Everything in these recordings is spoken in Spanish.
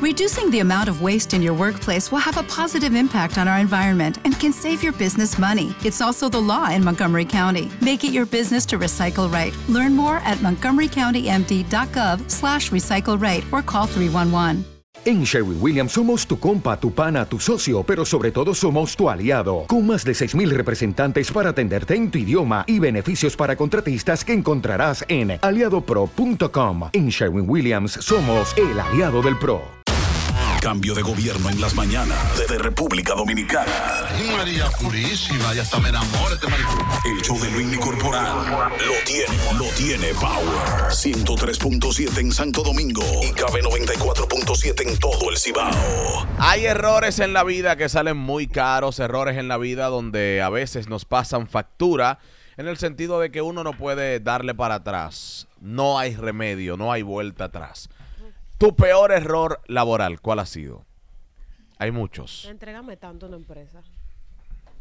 Reducing the amount of waste in your workplace will have a positive impact on our environment and can save your business money. It's also the law in Montgomery County. Make it your business to recycle right. Learn more at montgomerycountymd.gov slash recycle right or call 311. En Sherwin Williams somos tu compa, tu pana, tu socio, pero sobre todo somos tu aliado, con más de 6.000 representantes para atenderte en tu idioma y beneficios para contratistas que encontrarás en aliadopro.com. En Sherwin Williams somos el aliado del PRO. Cambio de gobierno en las mañanas desde República Dominicana. María Purísima, ya hasta me enamoré de María. El show de Luis Corporal lo tiene, lo tiene Power. 103.7 en Santo Domingo y cabe 94.7 en todo el Cibao. Hay errores en la vida que salen muy caros, errores en la vida donde a veces nos pasan factura, en el sentido de que uno no puede darle para atrás. No hay remedio, no hay vuelta atrás. Tu peor error laboral, ¿cuál ha sido? Hay muchos. Entrégame tanto una empresa.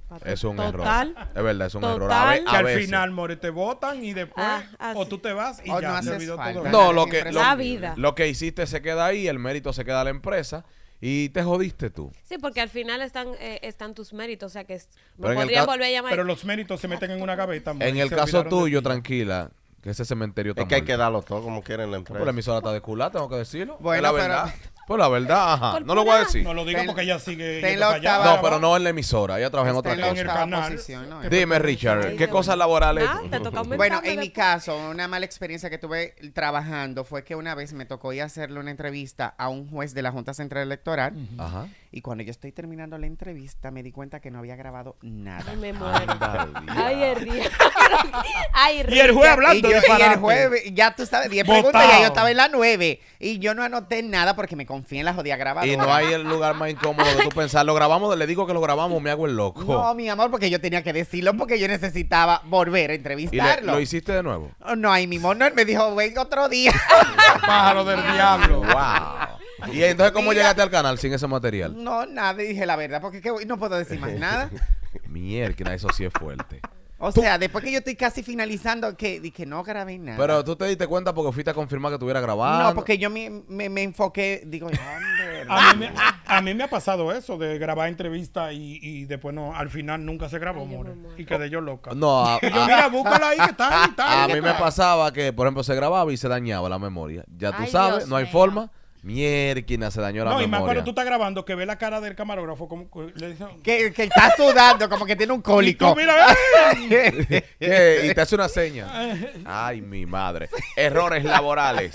Pa- Es un total, error. Es verdad, es un total. error. A, ve- Que Que a al veces. final, more, te votan y después Ah, ah, o sí. tú te vas y O ya Oh, no se haces olvidó falta. todo. No, lo que, La lo, vida. lo que hiciste se queda ahí, el mérito se queda a la empresa y te jodiste tú. Sí, porque al final están, eh, están tus méritos, o sea que es- me Pero en el podrían ca- volver a llamar. Pero los méritos se meten en una gaveta. more, En y el se caso olvidaron de tuyo, ti. tranquila, que ese cementerio está Es que hay muerto. que darlo todo como quieren la Pues la empresa. emisora está de culá, tengo que decirlo. Es Bueno, la pero- verdad. Pues la verdad, ajá. Por No lo voy a pura- decir. No No, lo digo Ten- porque ella sigue. ten yendo la para allá. octava. No, pero no en la emisora. Ella trabaja en Está otra en la Este en el cosa. octava canal. posición, ¿no? Dime, Richard, ¿qué cosas laborales? Nada, te toca un Bueno, mensaje en mi después. caso, una mala experiencia que tuve trabajando fue que una vez me tocó ir a hacerle una entrevista a un juez de la Junta Central Electoral Ajá. y cuando yo estoy terminando la entrevista me di cuenta que no había grabado nada. Ay, me muero. Ay, Ay, el día. Ay, Y el juez Y, hablando de yo, y el pararte. jueves, ya tú sabes, 10 preguntas y Botao. ya yo estaba en la 9 y yo no anoté nada porque me confié en la jodida grabadora. y no hay el lugar más incómodo que tú pensar. Lo grabamos, le digo que lo grabamos, me hago el loco. No, mi amor, porque yo tenía que decirlo porque yo necesitaba volver a y le- entrevistarlo. lo hiciste de nuevo. Oh, no, ay, mi mono él me dijo, ven otro día. Pájaro del diablo. wow. Y entonces, ¿cómo Mira. llegaste al canal sin ese material? No, nada, y dije la verdad, porque es que no puedo decir más nada. Mierda, eso sí es fuerte. O sea, después que yo estoy casi finalizando, que dije, no grabé nada. Pero ah, tú te diste cuenta porque fuiste a confirmar que estuviera grabado. no, porque yo me, me- me enfoqué, digo, "Ande, A ¿verdad?". mí, me, a mí me ha pasado eso de grabar entrevistas y, y después no, al final nunca se grabó, more. Y quedé yo loca. No, a- Y yo, mira, búscala ahí que está ahí, está A ahí. mí me pasaba que, por ejemplo, se grababa y se dañaba la memoria. Ya tú Ay, sabes, Dios no hay mío. forma. Mierquina, se dañó la No, y me memoria. acuerdo tú estás grabando que ve la cara del camarógrafo como que le dice, que, que está sudando, como que tiene un y tú cólico. mira, ¡eh! ¿Qué? Y te hace una seña. Ay, mi madre. Errores laborales.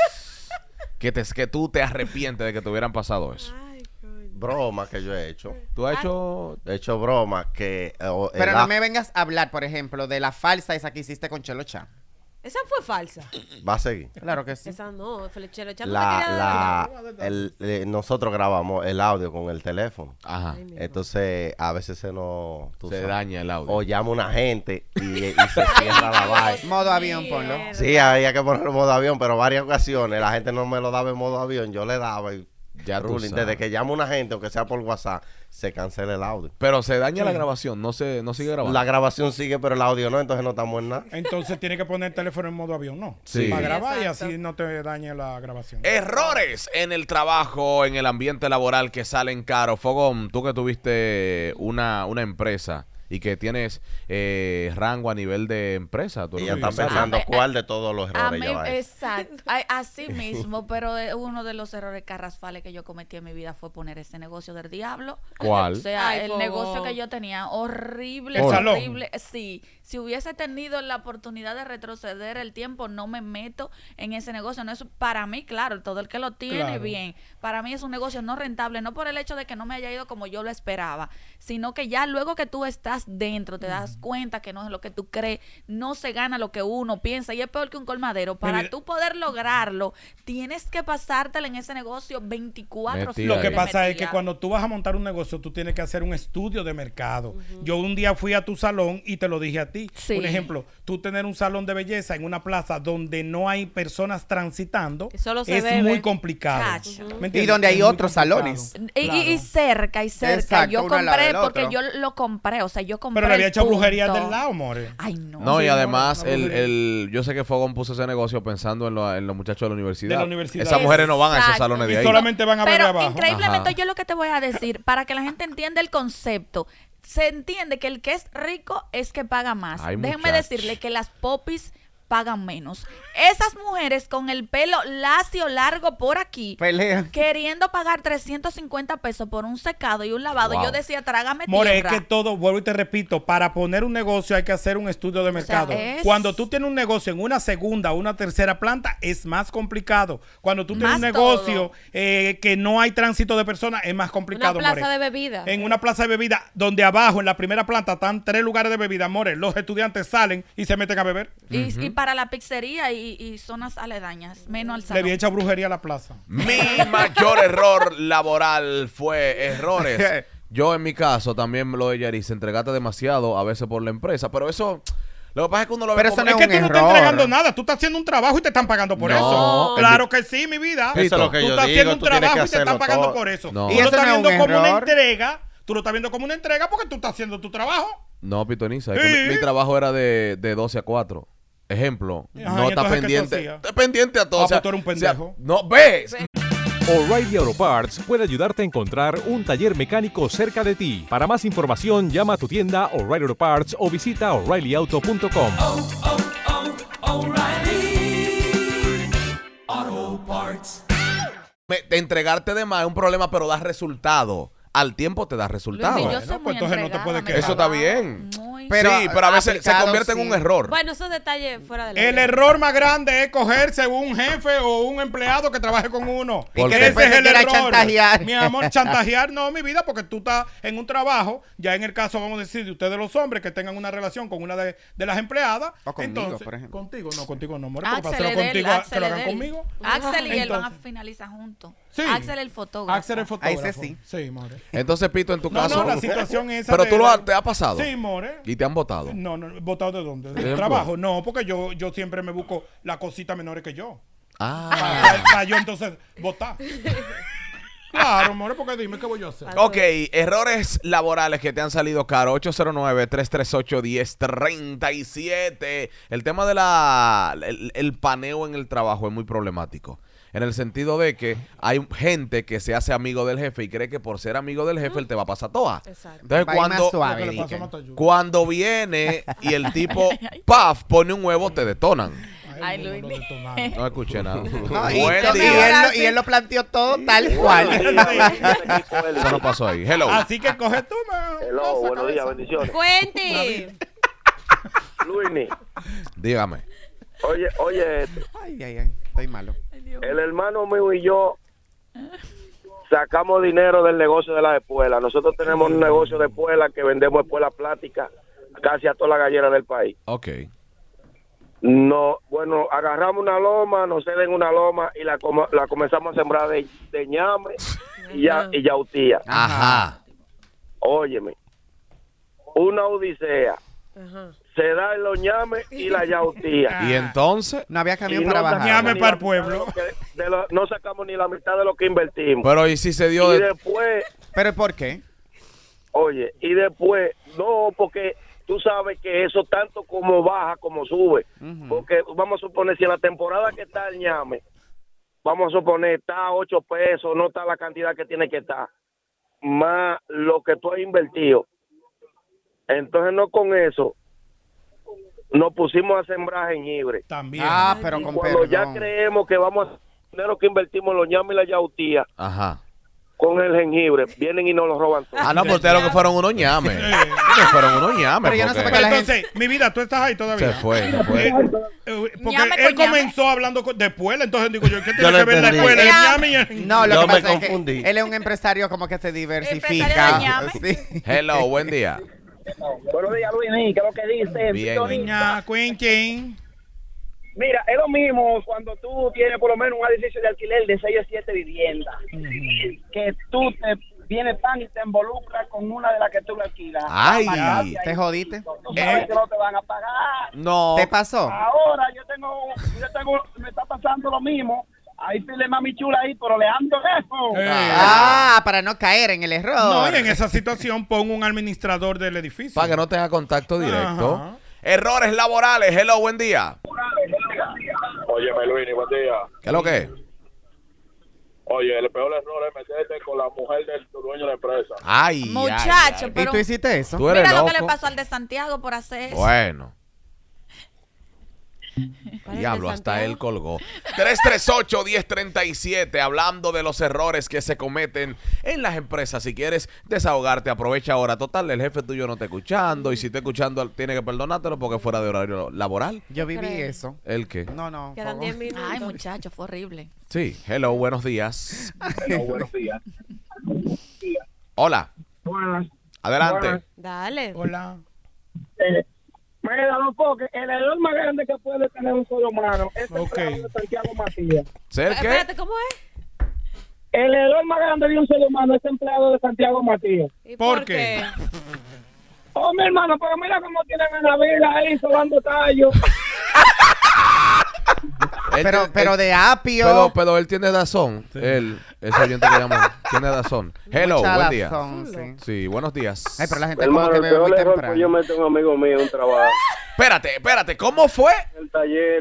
Que, te, que tú te arrepientes de que te hubieran pasado eso. Ay, coño. Broma que yo he hecho. Tú has hecho... He hecho bromas que... eh, o- Pero el no a- me vengas a hablar, por ejemplo, de la falsa esa que hiciste con Chelo Chan. Esa fue falsa. Va a seguir. Claro que sí. Esa no, Flechero Chan no te quería dar. La, la, el- eh, nosotros grabamos el audio con el teléfono. Ajá. mi madre. Entonces, a veces se nos... tú Se sabes. daña el audio. O llama una gente y, y se cierra la vaina. Modo avión, ponlo. Sí, había que ponerlo en modo avión, pero varias ocasiones la gente no me lo daba en modo avión, yo le daba y Ya tú ruling, sabes. desde que llama una gente, aunque sea por WhatsApp, se cancela el audio. Pero se daña la grabación, no se no sigue grabando. La grabación sigue, pero el audio no, entonces no estamos en nada. Entonces tiene que poner el teléfono en modo avión, ¿no? Sí. Para grabar Exacto. y así no te dañe la grabación. Errores en el trabajo, en el ambiente laboral que salen caro. Fogón, tú que tuviste una, una empresa y que tienes eh, rango a nivel de empresa. Tú eres Ella está empresario. pensando A- cuál de todos los A Ah, errores mí, ella va a hacer. exacto, a- así mismo, pero eh, uno de los errores carrasfales que yo cometí en mi vida fue poner ese negocio del diablo. ¿Cuál? O sea, Ay, el Bobo. negocio que yo tenía, horrible, El salón. horrible. Sí, si hubiese tenido la oportunidad de retroceder el tiempo, no me meto en ese negocio. No es para mí, claro, todo el que lo tiene Claro. bien. Para mí es un negocio no rentable, no por el hecho de que no me haya ido como yo lo esperaba, sino que ya luego que tú estás dentro, te das cuenta que no es lo que tú crees, no se gana lo que uno piensa y es peor que un colmadero. Para vida- tú poder lograrlo, tienes que pasártela en ese negocio 24 Metida Lo que ahí. pasa es que cuando tú vas a montar un negocio, tú tienes que hacer un estudio de mercado. Yo un día fui a tu salón y te lo dije a ti. Sí. Un ejemplo, tú tener un salón de belleza en una plaza donde no hay personas transitando Que solo se es bebe. muy complicado. Chacho. ¿Me entiendes? Y donde hay Es muy otros complicado. salones. Y, y- y cerca, y cerca. Exacto, yo uno al lado compré del porque otro. yo lo compré. O sea, yo yo compré. Pero le había el hecho brujería punto. del lado, more. Ay, no. No, y señora, además, no, el, brujería. el- yo sé que Fogón puso ese negocio pensando en, lo- en los muchachos de la universidad. De la universidad. Esas mujeres no van a esos Exacto. salones de Y ahí. solamente van a ver Pero abajo. increíblemente Ajá. yo lo que te voy a decir, para que la gente entienda el concepto, se entiende que el que es rico es que paga más. Ay, Déjenme muchacho. decirle que las popis pagan menos. Esas mujeres con el pelo lacio, largo por aquí, Pelea. queriendo pagar 350 pesos por un secado y un lavado, Wow. yo decía, trágame More, es tierra. que todo, vuelvo y te repito, para poner un negocio hay que hacer un estudio de mercado. es- Cuando tú tienes un negocio en una segunda o una tercera planta, es más complicado. Cuando tú tienes Más un negocio todo. eh, que no hay tránsito de personas, es más complicado, Una plaza More. de bebida. En una plaza de bebida, donde abajo, en la primera planta, están tres lugares de bebida, More. Los estudiantes salen y se meten a beber. y, y para la pizzería y, y zonas aledañas, menos al Le había salón. hecho brujería a la plaza. Mi mayor error laboral fue errores. Yo en mi caso también lo de Yaris, entregaste demasiado a veces por la empresa, pero eso, lo que pasa es que uno lo ve Pero eso como... no Es es que tú un no estás error. entregando nada, tú estás haciendo un trabajo y te están pagando por No, eso. el Claro que sí, mi vida. Eso es lo que tú yo estás digo, haciendo un tú tienes que trabajo y te están hacerlo pagando todo. por eso. No. Tú Y lo eso estás no es viendo un como una error. entrega, tú lo estás viendo como una entrega porque tú estás haciendo tu trabajo. e- No, pitoniza, es que mi- Sí. mi, trabajo era de, de 12 a 4. Ejemplo, Ajá, no ¿y está entonces qué tú pendiente. hacías? Está pendiente a todo. Ah, o sea, pues tú eres un o sea, pendejo. no, ves. O'Reilly Auto Parts puede ayudarte a encontrar un taller mecánico cerca de ti. Para más información, llama a tu tienda O'Reilly Auto Parts o visita oreillyauto.com. Me- de entregarte de más es un problema, pero da resultado. Al tiempo te da Luis, resultado. yo Bueno, soy pues muy entonces no te entregada, puedes me quejar. Eso está trabajo bien. muy- Pero sí, pero a veces se aplicado, convierte en sí. un error. Bueno, esos detalles fuera de la El ley. error más grande es cogerse un jefe o un empleado que trabaje con uno. Y que Ese después es te el quiera error. chantajear. Mi amor, chantajear no, mi vida, porque tú estás en un trabajo. Ya en el caso, vamos a decir, de ustedes los hombres que tengan una relación con una de, de las empleadas. O conmigo, entonces- por ejemplo. Contigo, no, contigo no, amor. Porque para Axel hacerlo Edel, contigo, que Axel lo hagan Edel. conmigo. Axel y él van a Entonces- finalizar juntos. Sí. Axel el fotógrafo. Axel el Ahí fotógrafo. ese sí. Sí, more. Entonces, Pito, en tu No, caso. no, la situación es esa Pero de- tú lo ha- te ha pasado. Sí, more. Y te han votado. No, no, ¿votado de dónde? Ejemplo. ¿Del trabajo? No, porque yo, yo siempre me busco las cositas menores que yo. Ah. Para, para yo entonces votar. Claro, more, porque dime qué voy yo a hacer. Ok, errores laborales que te han salido caro. 809-338-1037. El tema de la el, el paneo en el trabajo es muy problemático. En el sentido de que hay gente que se hace amigo del jefe y cree que por ser amigo del jefe él te va a pasar toda. Exacto. Entonces, Va a ir más cuando, Lo que suave, le pasó a dije. Matayuca. cuando viene y el tipo, paf, pone un huevo, te detonan. Ay, no, no, Luis. lo detonaron. No escuché nada. No, y, Buen y día. él, lo- y él lo planteó todo tal cual. Eso no pasó ahí. Hello. Ah. Así que coge tú, ma- Hello, cosa, buenos días, cabeza. bendiciones. Cuente. Luini, Dígame. oye, oye, esto. Ay, ay, ay, estoy malo. el hermano mío y yo sacamos dinero del negocio de las espuelas. Nosotros tenemos un negocio de espuelas que vendemos espuelas plásticas casi a toda la gallera del país. Ok. No, bueno, agarramos una loma, nos ceden una loma y la, coma- la comenzamos a sembrar de, de ñame y, ya, y yautía. Ajá. Óyeme, una odisea. Ajá. Se da el ñame y la yautía. Y entonces. No había camión Y para no bajar. sacamos Ñame ni para la el pueblo. mitad de lo que- de lo- no sacamos ni la mitad de lo que invertimos. Pero y si se dio y de. después, Pero ¿por qué? oye, y después, no, porque tú sabes que eso tanto como baja como sube. Porque vamos a suponer, si en la temporada que está el ñame, vamos a suponer, está a 8 pesos, no está la cantidad que tiene que estar, más lo que tú has invertido. Entonces, no con eso, nos pusimos a sembrar jengibre. También. Ah, pero Y con cuando ya perdón. creemos que vamos a dinero que invertimos en los ñames y la yautía Ajá. con el jengibre, vienen y nos lo roban todo. Ah, no, pero ustedes lo que fueron unos ñames. Ustedes fueron unos ñames. Pero yo no sé porque por qué la Eh, Entonces, mi vida, tú estás ahí Se todavía. fue, se Eh, fue. eh, porque Ñame con ñame. él comenzó hablando con- de espuela, entonces digo yo, ¿qué Yo tiene lo que ver la entendí. espuela? El Ñame. ñame y el- No, lo Yo que me pasa es confundí. que él es un empresario como que se diversifica. Empresario de Sí. Hello, buen día. Buenos días, Luis, ¿qué es lo que dices? Bien, Luis. Ña, cuen, cuen. Mira, es lo mismo cuando tú tienes por lo menos un edificio de alquiler de 6 o 7 viviendas, que tú te vienes tan y te involucras con una de las que tú le alquilas. Ay. Apagaste ahí ¿Te jodiste? Eh. Tú sabes que no te van a pagar. No. ¿Te pasó? Ahora yo tengo, yo tengo, me está pasando lo mismo. Ahí pile mami chula ahí, pero Leandro Lefo. Eh, Ah, verdad para no caer en el error. No, y en esa situación pon un administrador del edificio. Para que no tenga contacto directo. Errores laborales. Hello, buen día. Óyeme, Luini, buen día. ¿Qué es lo que es? Oye, el peor error es meterte con la mujer del dueño de la empresa. Ah, Ay, Muchacho, pero. hiciste eso? Tú eres Mira lo loco. que le pasó al de Santiago por hacer eso. Bueno. Diablo, hasta él colgó. 338-1037, hablando de los errores que se cometen en las empresas. Si quieres desahogarte, aprovecha ahora. Total, el jefe tuyo no está escuchando y si está escuchando, tiene que perdonártelo porque es fuera de horario laboral. Yo viví Creo. eso. ¿El qué? No, no. Quedan fue- 10 minutos. Ay, muchacho, fue horrible. Sí, hello, buenos días. Hola, adelante. Dale. Hola. Eh, Mira, loco, que el error más grande que puede tener un ser humano es el de Santiago Matías. ¿Ser qué? Espérate, ¿cómo es? El error más grande de un ser humano es empleado de Santiago Matías. ¿Y ¿Por por qué? Oh, mi hermano, pero mira cómo tienen a la vela ahí solando tallos. Pero, pero de apio. Pero, pero él tiene razón. Él, ese oyente que llamó, tiene razón. Hello, Mucha buen día. razón, Sí, buenos días. Ay, pero la gente Hermano, como que el bebe muy peor error temprano. fue yo meto a un amigo mío en un trabajo. Espérate, espérate, ¿cómo fue? El taller.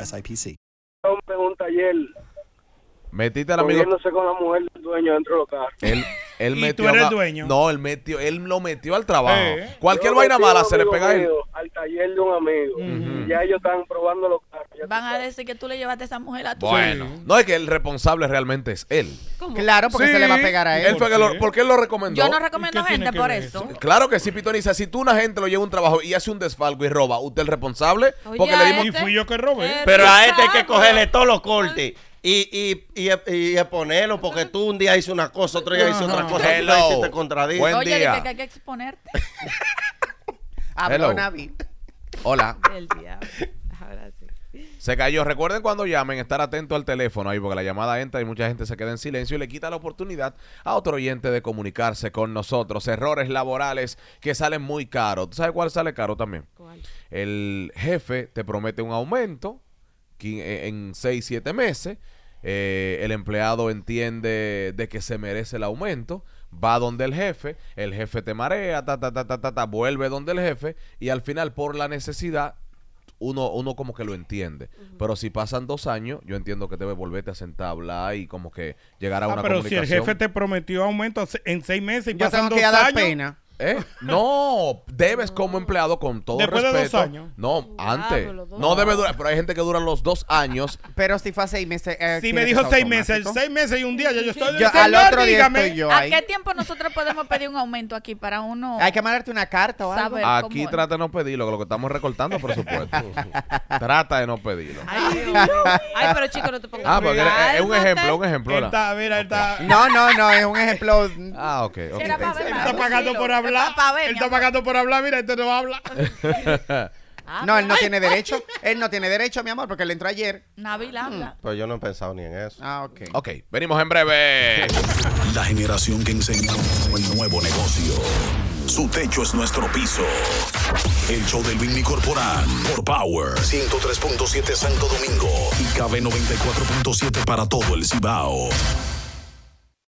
SIPC. en un taller Metiste al amigo. comiéndose con la mujer del dueño dentro de los carros. Él, él Y metió tú eres a- el dueño. No, él metió, él lo metió al trabajo. Eh. Cualquier Yo vaina metí a un mala se le amigo pega a él. mío Al taller de un amigo. Ujú. Y Ya ellos están probando los carros. Van a decir que tú le llevaste a esa mujer a tu Bueno, no es que el responsable realmente es él. Claro, porque se le va a pegar a él. fue que lo- porque él lo recomendó. Yo no recomiendo gente por eso. Claro que sí, Pitoniza. Si tú una gente lo lleva a un trabajo y hace un desfalco y roba, ¿usted es el responsable? Oye, Porque a le dimos... este- Y fui yo que Eh, robé. Pero a este hay que cogerle todos los cortes. Y, y, y, y exponerlo porque tú un día hizo una cosa, otro día hizo otra cosa, otro día Hello. sí te contradices. Buen Oye, día. dije que hay que exponerte. Ah, Hello. Navi. Hola. El diablo. Ahora sí. Se cayó. Recuerden cuando llamen, estar atento al teléfono ahí, porque la llamada entra y mucha gente se queda en silencio y le quita la oportunidad a otro oyente de comunicarse con nosotros. Errores laborales que salen muy caro. ¿Tú sabes cuál sale caro también? El jefe te promete un aumento qui- eh, en 6, 7 meses. Eh, el empleado entiende de que se merece el aumento. Va donde el jefe, el jefe te marea, ta, ta, ta, ta, ta, ta, vuelve donde el jefe y al final por la necesidad uno, uno como que lo entiende. Pero si pasan dos años, yo entiendo que debe volverte a sentar a hablar y como que llegar a Ah, una pero si el comunicación. jefe te prometió aumento hace- en seis meses y Yo tengo pasan dos que dar años. pena. ¿Eh? No, debes como empleado con todo Después de dos respeto. años. No, antes. Diablo, dos No debe años. durar, pero hay gente que dura los dos años. Pero si fue a seis meses. eh, Si me tiene que dijo ser seis meses, el automático. seis meses y un día ya yo estoy. Yo al Señor, otro día dígame. estoy yo ¿A ahí. qué tiempo nosotros podemos pedir un aumento aquí para uno? Hay que mandarte una carta o algo. Saber Aquí trata de no pedirlo, que lo que estamos recortando, por supuesto. trata de no pedirlo. Ay, pero chico, no te pongas. Ah, porque Ay, es- es un ejemplo, un ejemplo. Él era. está, mira, él está. No, no, no, es un ejemplo. Ah, ok, ok. Él está pagando por hablar. Él está pagando por hablar, mira, este no va a hablar. No, él no tiene derecho. Él no tiene derecho, mi amor, porque él entró ayer. Nabil habla. Pero yo no he pensado ni en eso. Ah, ok. Ok, venimos en breve. La generación que enseña el nuevo negocio. Su techo es nuestro piso. El show del Bimbi Corporal por Power 103.7 Santo Domingo y KB 94.7 para todo el Cibao.